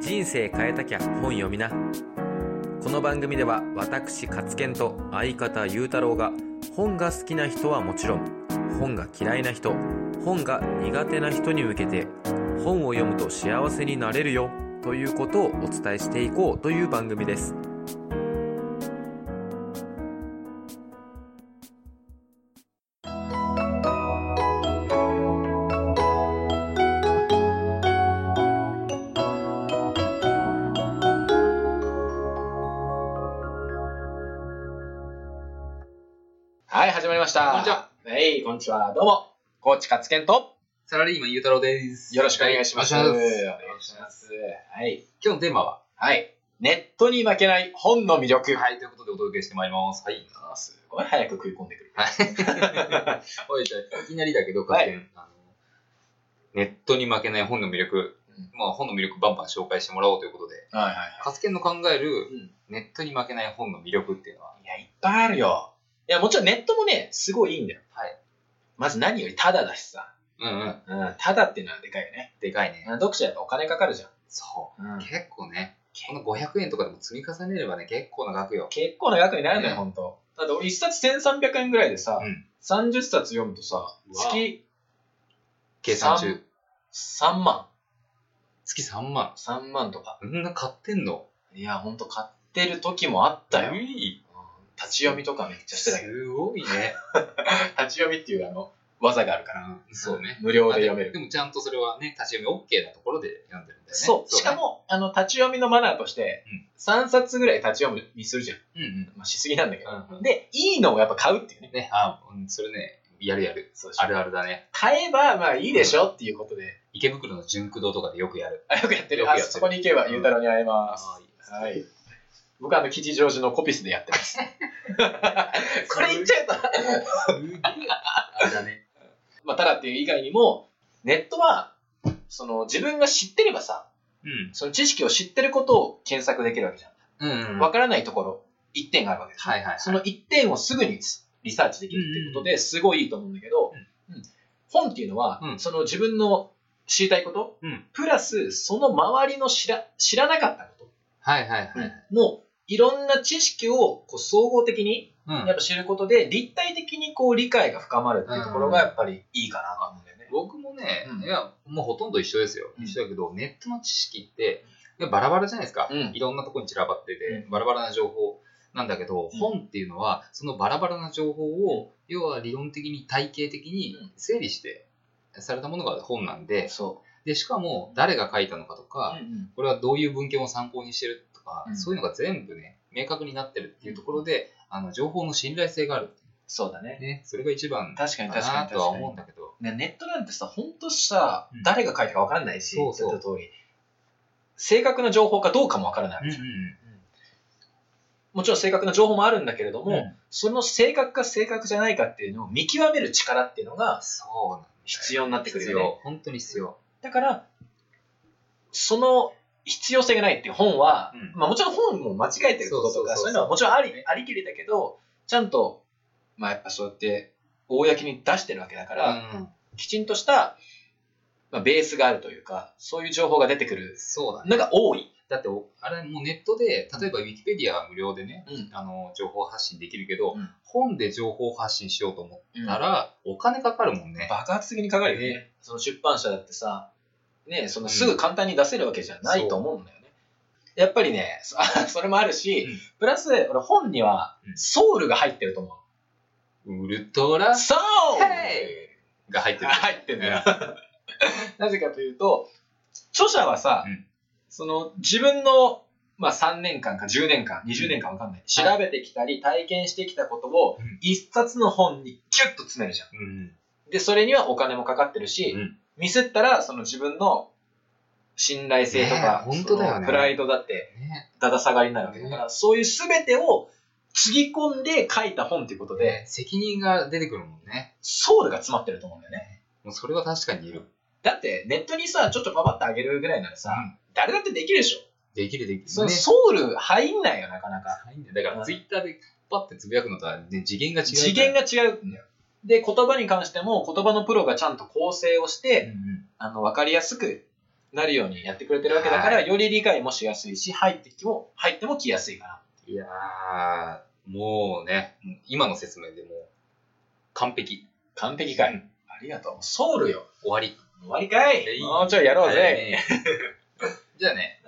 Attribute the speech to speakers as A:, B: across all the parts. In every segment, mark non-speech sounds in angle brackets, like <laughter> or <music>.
A: 人生変えたきゃ本読みなこの番組では私勝健と相方裕太郎が本が好きな人はもちろん本が嫌いな人本が苦手な人に向けて本を読むと幸せになれるよということをお伝えしていこうという番組です
B: はい、始まりました。
C: こんにちは。
B: はい、こんにちは。どうも。コーチ勝健と、
C: サラリーマンゆうたろうです。
B: よろしくお願いします。
C: お願
B: お
C: いし
B: 願
C: ま
B: い
C: す。
B: します。はい。
C: 今日のテーマは
B: はい。ネットに負けない本の魅力。い。
C: はい、ということでお届けしてまいります。はい。
B: すごい早く食い込んでくる。
C: おいじゃあいきなりだけど、勝手にあのネットに負けない本の魅力、
B: うん
C: まあ本の魅力バンバン紹介してもらおうということで、
B: はいは
C: カスケンの考える
B: うん
C: ネットに負けない本の魅力っていうのは、
B: い。いや、いっぱいあるよ。いや、もちろんネットもね、すごいいいんだよ。
C: はい。
B: まず何よりタダだしさ。
C: うんうん、
B: うん、タダっていうのはでかいよね。
C: でかいね。
B: 読者やっぱお金かかるじゃん。
C: そうう。
B: ん。
C: 結構ね、この500円とかでも積み重ねればね、結構な額よ。
B: 結構な額になるんだよ、
C: ね
B: ほんと。だって俺一冊1300円ぐらいでさ、
C: うん
B: 30冊読むとさ、
C: うわ
B: 月
C: 計算中。
B: 3万。
C: 月3万。
B: 3万とか。
C: そんな買ってんの
B: いや、ほんと買ってる時もあったよ。
C: う
B: うん
C: い
B: 立ち読みとかめっちゃしてたけど、
C: すごいね。
B: <laughs> 立ち読みっていうあの、技があるから、
C: うんそうね。
B: 無料で読め
C: で
B: る。
C: もちゃんとそれはね、立ち読み OK なところで読んでるんだよね。
B: そう、しか
C: ね。
B: も、あの、立ち読みのマナーとして
C: うん、
B: 3冊ぐらい立ち読みするじゃん。
C: うんうん。
B: まあ、しすぎなんだけど。
C: うんうん
B: で、いいのをやっぱ買うっていうね。
C: ね、あ、うんそれね、やるやる。
B: そう
C: あるあるだね。
B: 買えば、まあいいでしょっていうことで、
C: 池袋の純駆動とかでよくやる。
B: あ、よくやって
C: よ
B: る。あ、
C: くやってる
B: そこに行けば、ゆうたろうに会えます。
C: あーいいですね
B: はい。僕あの、吉祥寺のコピスでやってます。 <laughs> これ言っちゃうと、
C: あれだね。
B: まあ、ただっていう以外にも、ネットは、その、自分が知ってればさ、
C: うん。
B: その知識を知ってることを検索できるわけじゃん。
C: うん、うん。
B: わからないところ、1点があるわけでしょ。
C: はいはい。
B: その1点をすぐにリサーチできるっていうことですごいいいと思うんだけど、うん本っていうのは、
C: うん
B: その自分の知りたいこと、
C: うん
B: プラスその周りの知ら知らなかったこ
C: はいはい
B: と、
C: はい。
B: のいろんな知識をこう総合的に
C: う
B: やっ
C: ん。
B: ぱ知ることで、立体的にこう理解が深まるっていうところがやっぱりいいかなと思うんだよね。
C: 僕もね、
B: うん
C: いや、もうほとんど一緒ですよ。
B: うん
C: 一緒だけど、ネットの知識って、いやバラバラじゃないですか。
B: うん
C: いろんなとこに散らばってて、
B: う
C: バラバラな情報なんだけど、
B: うん
C: 本っていうのは、そのバラバラな情報を、要は理論的に体系的
B: うん
C: に整理して、されたものが本なんで、
B: そ
C: で、しかも誰が書いたのかと
B: う。
C: か、
B: うんうん
C: これはどういう文献を参考にしてるとか、
B: うん
C: そういうのが全部ね、明確になってるっていうところで、あの情報の信頼性があるってい
B: そうだ
C: う
B: ね。
C: ね、それが一番か
B: 確かに確か
C: な
B: に
C: とは
B: 確か
C: 思う
B: に
C: ん。だけど、
B: ね、ネットなんてさ、ほんとさ、
C: うん
B: 誰が書いたかわかんないし、
C: そうそう
B: 言った通り、正確な情報かどうかもわからないわ
C: うん
B: けじ
C: う
B: ゃん、
C: ん
B: もちろん正確な情報もあるんだけれども、
C: うん
B: その正確か正確じゃないかっていうのを見極める力っていうのが
C: そうなんだよ
B: 必要になってくる
C: 必
B: よね。
C: 要、本当に必要。
B: だから、その必要性がないっていう本は、
C: うん
B: まあもちろん本も間違えてることとか、
C: そうそうそうそう
B: そういうのはもちろんありありきりだけど、ちゃんと、まあやっぱそうやって公に出してるわけだから、
C: うん
B: きちんとした、まあ、ベースがあるというか、そういう情報が出てくる
C: そうだね。
B: のが多い。
C: だってお、あれ、もうネットで、例えばウィキペディアは無料でね、
B: うん
C: あの情報発信できるけど、
B: うん
C: 本で情報発信しようと思ったら、お金かかるもんね。
B: 爆発的にかかるよね。その出版社だってさ、ね、そのすぐ簡単に出せるわけじゃないと思うんだよね。やっぱりね、そ <laughs> それもあるし、
C: うん
B: プラス、俺本には
C: うん
B: ソウルが入ってると思う。
C: ウルトラ
B: ソウ
C: ヘ
B: ル
C: が入ってる。
B: 入ってんだよ。 <laughs> なぜかというと、著者はさ、
C: うん
B: その自分の、まあ、3年間か10年間、20年間わかんない。調べてきたり、体験してきたことを
C: うん、
B: 一冊の本にギュッと詰めるじゃん。
C: うん。
B: で、それにはお金もかかってるし、
C: うん
B: ミスったら、その自分の信頼性とか、
C: ねえ本当だよね
B: そのプライドだって、
C: ね。
B: だだ下がりになるわけだから、そういう全てをつぎ込んで書いた本っていうことで、
C: で、責任が出てくるもんね。
B: ソウルが詰まってると思うんだよね。
C: もうそれは確かにいる。
B: だって、ネットにさ、ちょっとパパってあげるぐらいならさ、
C: うん
B: 誰だってできるでしょ。
C: できるできる。
B: その
C: ね
B: ソウル入んないよ、なかなか。
C: ないんだよだから、ツイッターでパッてつぶやくのとは、ね、次元が違うから。
B: 次元が違うんだよ。で、言葉に関しても、言葉のプロがちゃんと構成をして、
C: うんうん
B: あの、わかりやすくなるようにやってくれてるわけだから、
C: は
B: より理解もしやすいし、入ってきも、入っても来やすいか
C: いやー、もうね、今の説明でもう完璧。
B: ら。完璧かい。
C: うん
B: ありがとう。ソウルよ。
C: 終わり。
B: 終わりかい
C: えい
B: もうちょいやろうぜ。
C: えーじゃあね、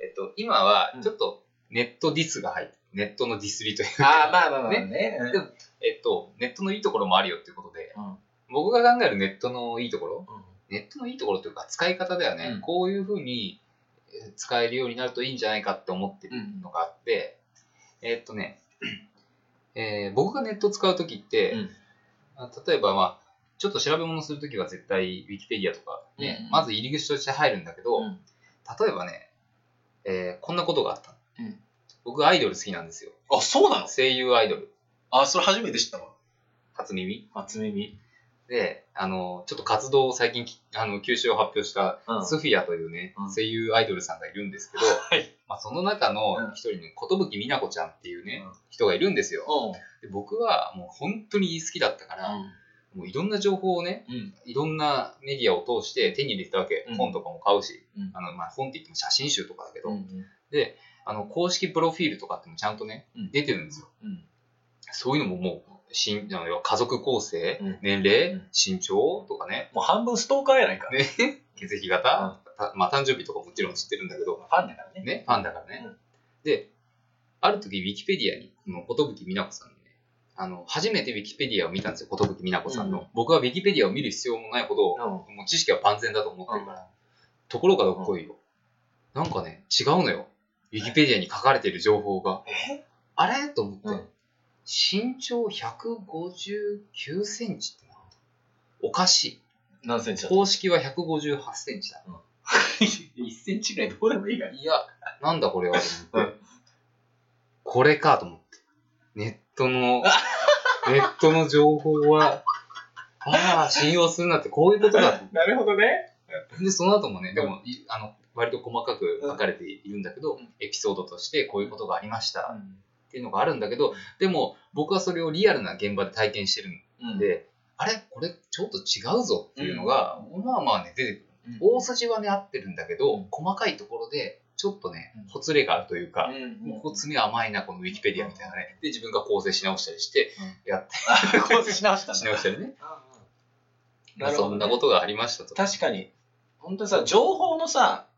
C: えっと、今はちょっとネットディスが入って、ネットのディスりというか、
B: ああ、まあまあまあね。
C: でもえっと、ネットのいいところもあるよっていうことで、
B: うん
C: 僕が考えるネットのいいところ、
B: うん
C: ネットのいいところというか、使い方だよね、
B: うん
C: こういうふうにえー使えるようになるといいんじゃないかって思ってる
B: うん
C: のがあって、えーっとね、えー僕がネットを使うときって、
B: うん
C: あ例えば、まあ、ちょっと調べ物するときは絶対 Wikipedia とか、ね
B: うん
C: まず入り口として入るんだけど、
B: うん
C: 例えばね、えーこんなことがあった、
B: うん
C: 僕アイドル好きなんですよ。
B: あ、そうなの
C: 声優アイドル、
B: あ、それ初めて知ったわ。
C: 初耳。
B: 初耳。
C: で、あの、ちょっと活動を最近き、あの、休止を発表した、
B: うん
C: スフィアというね、
B: うん
C: 声優アイドルさんがいるんですけど、
B: い
C: まあ、その中
B: うん
C: の一人の寿美奈子ちゃんっていうね、
B: うん
C: 人がいるんですよ。
B: うん。
C: で僕はもう本当に好きだったから、もういろんな情報をね、
B: うん。
C: いろんなメディアを通して手に入れてたわけ。
B: うん
C: 本とかも買うし、
B: うん
C: あの、まあ、本って言っても写真集とかだけど、
B: うん。
C: あの、公式プロフィールとかってもちゃんとね、
B: うん
C: 出てるんですよ。
B: うん。
C: そういうのももう、しんあの家族構成、
B: うん
C: 年齢、
B: うん
C: 身長とかね、
B: もう半分ストーカーやないか。
C: ね、血液型、たまあ、誕生日とかもちろん知ってるんだけど、
B: ファンだからね。
C: ね、ファンだからね。
B: うん
C: で、ある時、ウィキペディアに、この、ことぶきみなこさんにね、あの、初めてウィキペディアを見たんですよ、ことぶきみなこさんの。
B: うん
C: 僕はウィキペディアを見る必要もないほど、
B: うん。うん。
C: もう知識は万全だと思ってるから。ところがどっこいよ。なんかね、違うのよ。ウィキペディアに書かれてる情報が。
B: え
C: あれと思って、
B: うん
C: 身長159センチってな。おかしい。
B: 何センチだっ
C: 公式は158センチだ。
B: た ?1 センチぐらいどうでもいいから。
C: いや、なんだこれはと思っ
B: う
C: て。これかと思って。ネッ
B: <laughs>
C: トの、ネットの情報は、ああ、信用するなってこういうことだと思
B: なるほどね。
C: って。で、その後もね、でも、いあの、割と細かく書かれているんだけど、
B: うん
C: エピソードとしてこういうことがありました
B: う
C: っていうのがあるんだけど、でも、僕はそれをリアルな現場で体験してるん
B: ん。
C: で、あれこれちょっと違うぞっていうのが、まあまあね、出てくる。
B: うん、
C: 大筋はね、合ってるんだけど、
B: うん
C: 細かいところで、ちょっとね
B: うん、
C: ほつれがあるというか、
B: うん。
C: もうここ爪甘いな、このウィキペディアみたいなね。で、自分が構成し直したりして、やって、
B: あ構成し直したん
C: し
B: だ。
C: 直したりね。
B: <laughs> なるほどね
C: そんなことがありましたと。
B: 確かに。本当にさ、情報のさ、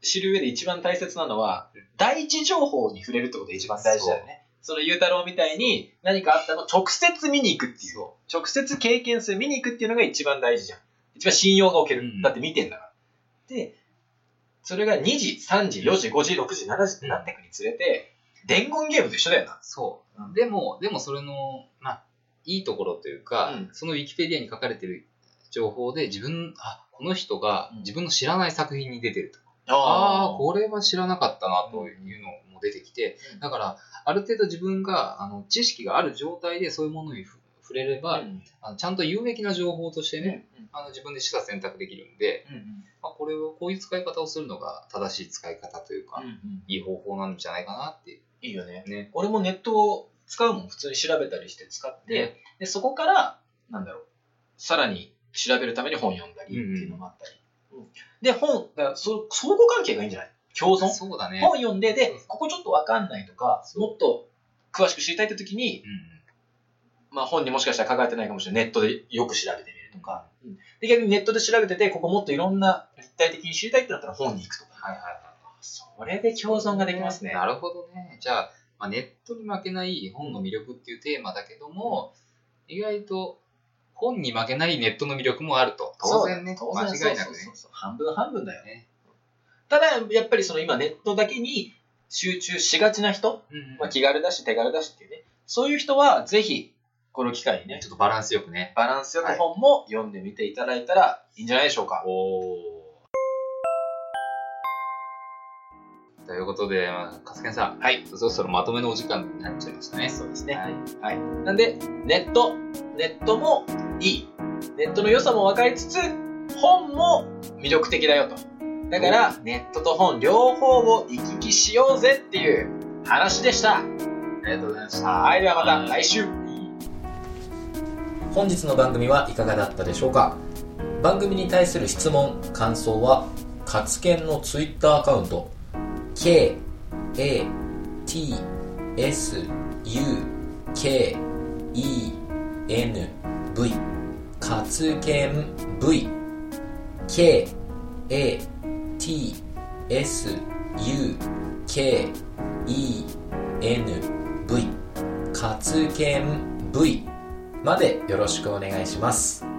B: 知る上で一番大切なのは、第一情報に触れるってことが一番大事だよね。そのゆうたろうみたいに何かあったのを直接見に行くっていう。
C: そ
B: 直接経験する、見に行くっていうのが一番大事じゃん。一番信用が置ける。
C: うん
B: だって見てんだから。で、それが2時、3時、4時、5時、6時、7時ってなってくにつれて、伝言ゲームと一緒だよな
C: う。。そうう。
B: ん
C: でも、でもそれの、まあ、いいところというか、
B: うん
C: そのウィキペディアに書かれてる情報で、自分、あ、この人が
B: うん
C: 自分の知らない作品に出てると。ああ、
B: あ
C: これは知らなかったなというのも出てきて、
B: うん
C: だから、ある程度自分があの知識がある状態でそういうものにふ触れれば、
B: うん
C: あのちゃんと有益な情報としてね、
B: うん
C: あの自分で示唆選択できるんで、
B: うんうん
C: まあ、これをこういう使い方をするのが正しい使い方というか、
B: うんうん
C: いい方法なんじゃないかなっていう。
B: いいよね。
C: ね
B: 俺もネットを使うもん、普通に調べたりして使って、
C: ね
B: でそこから、なんだろう、さらに調べるために本読んだりっていうのもあったり。うんで、本、だからそ相互関係がいいんじゃない共存
C: そうだね。
B: 本読んで、
C: そう
B: で
C: そう、
B: ここちょっとわかんないとか、もっと詳しく知りたいって時に、
C: うんうん
B: まあ本にもしかしたら書かれてないかもしれない。ネットでよく調べてみるとか。うんで、逆にネットで調べてて、ここもっといろんな立体的に知りたいってなったら本に行くとか。
C: はいはいはい。
B: それで共存ができますね。
C: なるほどね。じゃあ、まあ、ネットに負けない本の魅力っていうテーマだけども、意外と本に負けないネットの魅力もあると。当然ね、
B: そうだ
C: 間違
B: そうそう
C: いなく
B: そう
C: ね。
B: そう半分半分だよね。
C: ね
B: ただ、やっぱりその今ネットだけに集中しがちな人、
C: うんうん
B: まあ、気軽だし手軽だしっていうね、そういう人はぜひ、この機会にね
C: ちょ、っとバランスよくね。
B: バランスよく本も読んでみていただいたらいいんじゃないでしょうか。
C: おということで、まあ、かすけんさん、
B: はい。
C: そろそろまとめのお時間になっちゃいましたね。
B: そうですね。
C: はい。
B: はい。なんで、ネット、ネットもいい。ネットの良さも分かりつつ、本も魅力的だよと。だから、ネットと本両方を行き来しようぜっていう話でした。
C: ありがとうございました。
B: はい、ではまた来週。
A: 本日の番組はいかがだったでしょうか番組に対する質問感想はカツケンのツイッターアカウント K A T S U K E N V カツケン V K A T S U K E N V カツケン V までよろしくお願いします。